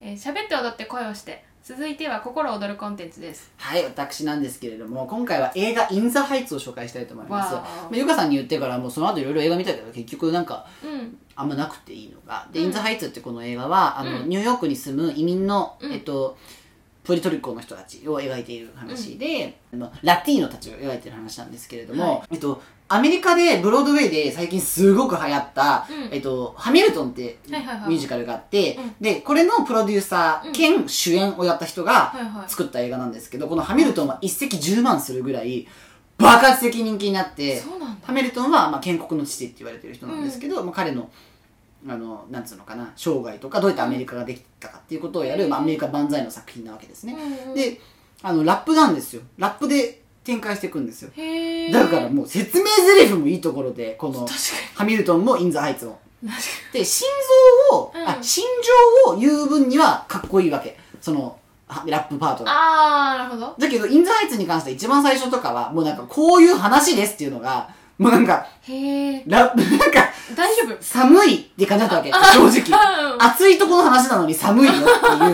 喋って踊って声をして続いては心躍るコンテンツですはい、私なんですけれども、今回は映画インザハイツを紹介したいと思います。わまーあ、ゆかさんに言ってから、もうその後いろいろ映画見たけど、結局なんか、うんあんまなくていいのが。で、うんインザハイツってこの映画は、あの、うんニューヨークに住む移民の、うんえっと、プエルトリコの人たちを描いている話で、まあラティーノたちを描いてる話なんですけれども、えっと、アメリカでブロードウェイで最近すごく流行った、うんえっと、ハミルトンってミはいはいはいュージカルがあって、うんで、これのプロデューサうんー兼主演をやった人が、はいはい作った映画なんですけど、このハミルトンは一石10万するぐらい爆発的人気になって、そうなんだハミルトンはまあ建国の父って言われてる人なんですけど、まあ、彼の、あの、なんつうのかな、生涯とかどうやってアメリカができたかっていうことをやる、うんまあ、アメリカ万歳の作品なわけですね。うんうんで、あの、ラップなんですよ。ラップで展開していくんですよ。へえだからもう説明台詞もいいところで、この確か、ハミルトンもインザハイツも。に確で心臓を、うんあ心情を言う分にはかっこいいわけそのはラップパーかトにがああなるほどだけどインザハイツに関しては一番最初とかはもうなんかこういう話ですっていうのがもうなんかへえラップ なんか大丈夫寒いって感じだったわけ正直あうん暑いとこの話なのに寒いよっていう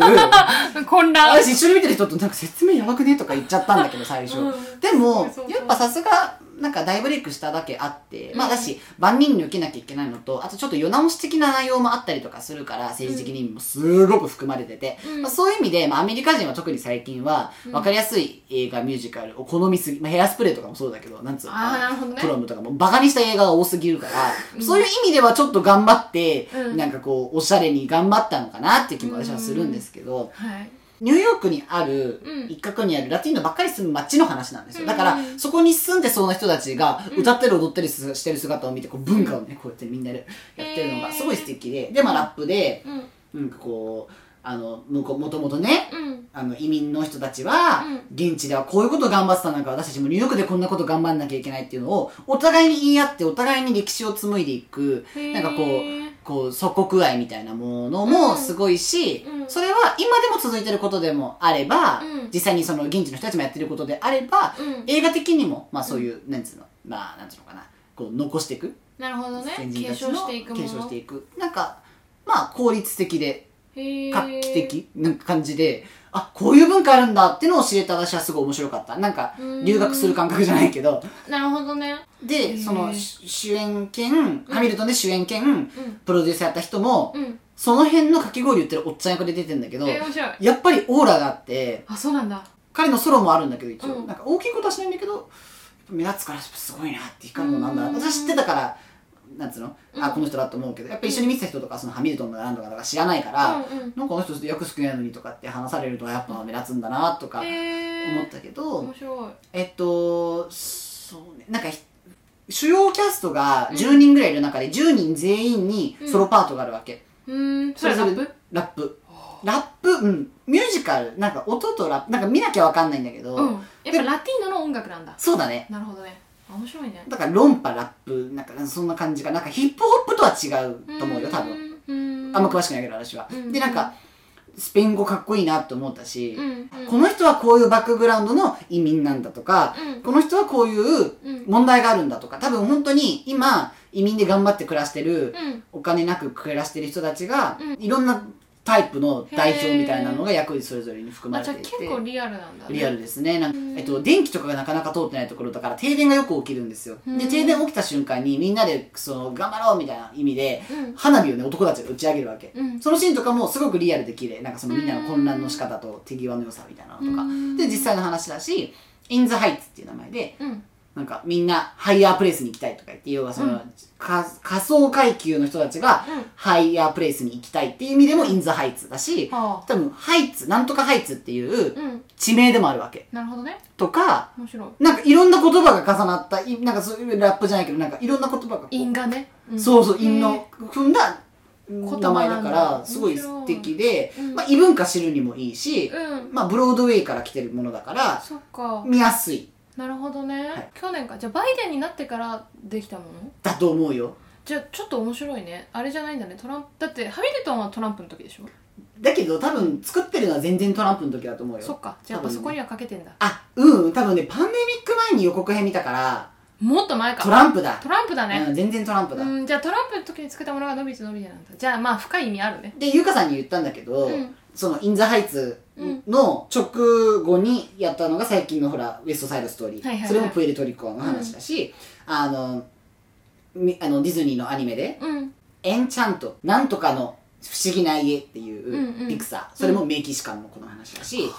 混乱私一緒に見てる人となんか説明やばくねとか言っちゃったんだけど最初、うんでもそうそうやっぱさすがなんか大ブレイクしただけあって、まあうんだし万人に受けなきゃいけないのとあとちょっと世直し的な内容もあったりとかするから政治的にもすごく含まれてて、うんまあ、そういう意味で、まあ、アメリカ人は特に最近はうん分かりやすい映画ミュージカルを好みすぎ、まあ、ヘアスプレーとかもそうだけどなんつうのかあーなるほどねプロムとかもバカにした映画が多すぎるから、うんそういう意味ではちょっと頑張って、うんなんかこうおしゃれに頑張ったのかなっていう気も私はするんですけど、はいニューヨークにある、うん一角にあるラティーノばっかり住む街の話なんですよ。だから、うんそこに住んでそうな人たちが、うん歌ったり踊ったりすしてる姿を見て、こう文化をね、こうやってみんなでやってるのへがーすごい素敵で、で、まあラップで、うんなんかこう、あの、向こう、もともとね、うんあの、移民の人たちは、う現地ではこういうことを頑張ってたなんか、私たちもニューヨークでこんなこと頑張んなきゃいけないっていうのを、お互いに言い合って、お互いに歴史を紡いでいく、なんかこうへーこう祖国愛みたいなものうんもすごいし、うんそれは今でも続いてることでもあれば、うん実際にその現地の人たちもやってることであれば、うん映画的にもまあそういう、なんつうのまあなんつうのかなこう残していくなるほどね先人継たち承のしていくもの継承していくなんかまあ効率的でへー画期的な感じで、あこういう文化あるんだってのを知れた私はすごい面白かったなんかうん留学する感覚じゃないけどなるほどねへでーその主演兼ハミルトンで主演兼、うんプロデューサーやった人も、うんその辺のかき氷売ってるおっちゃん役で出てんだけど、えー面白いやっぱりオーラがあって、あそうなんだ彼のソロもあるんだけど、一応、うんなんか大きいことはしないんだけど、やっぱ目立つからすごいなっていうか、もうなんだ、うん私知ってたから、なんつうの、うあ、んこの人だと思うけど、やっぱ一緒に見てた人とか、そのハミルトンが何とかとか知らないから、うんうんなんかあの人役少ないのにとかって話されると、やっぱ目立つんだなとか思へーったけど、面白いえっと、そうね、なんかひ、主要キャストが10人ぐらいいる中で、10人全員にソロパートがあるわけ。うーんそれラップラップラップうんミュージカルなんか音とラップなんか見なきゃわかんないんだけど、うんやっぱラティーノの音楽なんだそうだねなるほどねあ面白いねだから論破ラップなんかそんな感じがなんかヒップホップとは違うと思うよ多分分あんま詳しくないけど私は、うんでなんかスペイン語かっこいいなって思ったし、うんうんこの人はこういうバックグラウンドの移民なんだとか、うんこの人はこういううん問題があるんだとか多分本当に今移民で頑張って暮らしてうるんお金なく暮らしてる人たちが、ういろんなタイプの代表みたいなのが役にそれぞれに含まあれじてゃあいて結構リアルなんだねリアルですねなんかうんえっと、電気とかがなかなか通ってないところだから停電がよく起きるんですようんで停電起きた瞬間にみんなでその頑張ろうみたいな意味でうん花火をね男たちが打ち上げるわけうんそのシーンとかもすごくリアルで綺麗なんかそのみんなの混乱の仕方と手際の良さみたいなのとかうんで実際の話だしイン・ザ・ハイツっていう名前でうんなんかみんなハイヤープレイスに行きたいとか言って要はその、うんか仮想階級の人たちがうんハイヤープレイスに行きたいっていう意味でもインザハイツだしは多分ハイツなんとかハイツっていうあうん地名でもあるわけなるほどねとか面白いなんかいろんな言葉が重なったいなんかそういうラップじゃないけどなんかいろんな言葉がこう因がねんそうそうへー韻の踏んだ葉なん名だ前だからすごい面白い素敵で、うんまあ、異文化知るにもいいし、うんまあ、ブロードウェイから来てるものだからそっか見やすいなるほどはいね去年かじゃあバイデンになってからできたものだと思うよじゃあちょっと面白いねあれじゃないんだねトランプだってハミルトンはトランプの時でしょだけど多分作ってるのは全然トランプの時だと思うよそっかじゃあやっぱそこにはかけてんだあうん多分ねパンデミック前に予告編見たからもっと前かトランプだトランプだうねん、全然トランプだ、うでんじゃあトランプの時に作ったものが伸びて伸びてなんだじゃあまあ深い意味あるねゆかさんに言ったんだけど、うんそのインザハイツの直後にやったのが最近のほらウエストサイドストーリー、はいはいはいそれもプエルトリコの話だし、あのみあのディズニーのアニメでうん「エンチャント」「なんとかの不思議な家」ってうんういうんピクサー、それもメキシカンのこの話だし、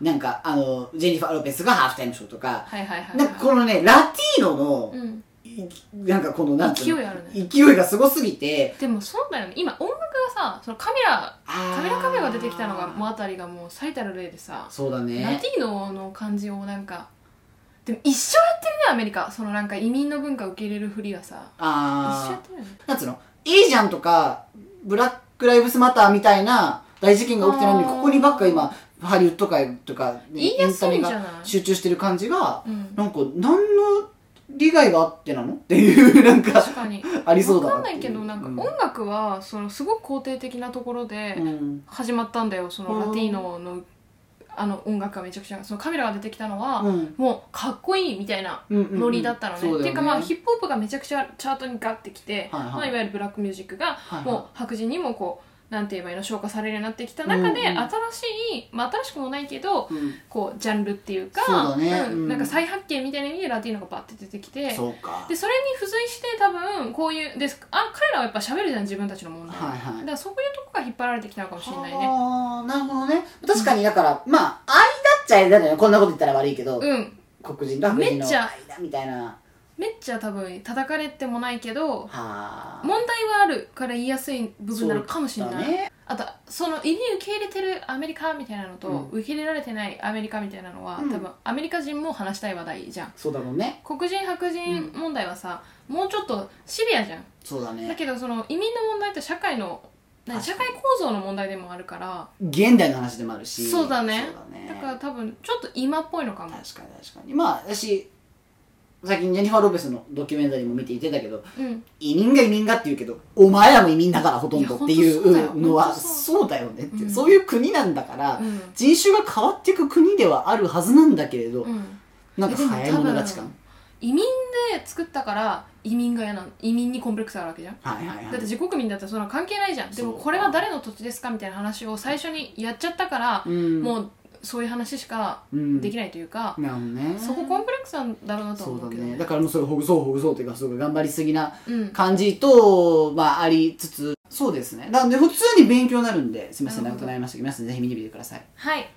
なんかあのジェニファー・ロペスがハーフタイムショーとか、はいはいはいなんかこのねラティーノの、うんいなんかこのなんてうの勢いあるね勢いがすごすぎてでもそうだよね今音楽がさそのカメラカメラカメが出てきたのがもうあたりがもう最たる例でさ、そうだラねティーノの感じをなんかでも一生やってるねアメリカそのなんか移民の文化受け入れるふりはさ一生やあってるよねあなんつうのいいじゃんとかブラック・ライブスマターみたいな大事件が起きてないのにあーここにばっか今ハリウッド界とか、ね言いやすいんじゃない集中してる感じがうんなんか何の利害があってなの っていうなんか確かにありそう分だかなんってないけどなんかう音楽はそのすごく肯定的なところでうん始まったんだよそのうんラティーノのあの音楽がめちゃくちゃそのカメラが出てきたのは、うんもうかっこいいみたいなうんうんノリだったのね,、そうだよっていうかまあヒッップホップがめちゃくちゃチャートにガッてきて、はいはいまあ、いわゆるブラックミュージックがプもう白人にもこうなんて言えばいいの消化されるようになってきた中で、うんうん新しい、まあ、新しくもないけどう、ん、こうジャンルっていうかそうだねんうんなんか再発見みたいな意味でラティーノがバッて出てきてそうかでそれに付随して多分こういうであ彼らはやっぱ喋るじゃん自分たちの問題、はいはいだからそういうとこが引っ張られてきたのかもしれないねああ、なるほどね。確かに、だから、まあ、間っちゃ間だよね。こんなこと言ったら悪いけど、うん黒人と白人のめっち間ゃみたいな。はめっちゃ多分叩かれてもないけどあ。問題はあるから言いやすい部分なのかもしれない、そうだね。あとその入り受け入れてるアメリカみたいなのと、うん受け入れられてないアメリカみたいなのは、うん多分アメリカ人も話したい話題じゃんそうだろうね。黒人白人問題はさ、もうちょっとシビアじゃんそうだだね。けどその移民の問題って社会の何社確会構造の問題でもあるから現代の話でもあるし。そうだねそうだね。だから多分ちょっと今っぽいのかも、確かに確かに。まあ、私、最近ジェニファー・ロペスのドキュメンタリーも見ていてたけど、うん、移民が移民がって言うけど、お前らも移民だからほとんどっていいや本当そうだようのは、本当そそうだよねって、うんそういう国なんだから、うん人種が変わっていく国ではあるはずなんだけれど、うん、なんか早い者勝ちえでも感。移民で作ったから移民が嫌なの移民にコンプレックスあるわけじゃんはいはいはだってい。自国民だったらそんな関係ないじゃんでもそうこれは誰の土地ですかみたいな話を最初にやっちゃったから、うんもうそういう話しかうんできないというか、なるほどね。そこコンプレックスなんだろうなとはそう思だうけどねね。だからもうそれほぐそうほぐそうというか、すごい頑張りすぎなうん感じと、まあありつつ、そうですね。なので普通に勉強になるんで、すみません、なる長ほくどなりましたけど、皆さんぜひ見てみてください。はい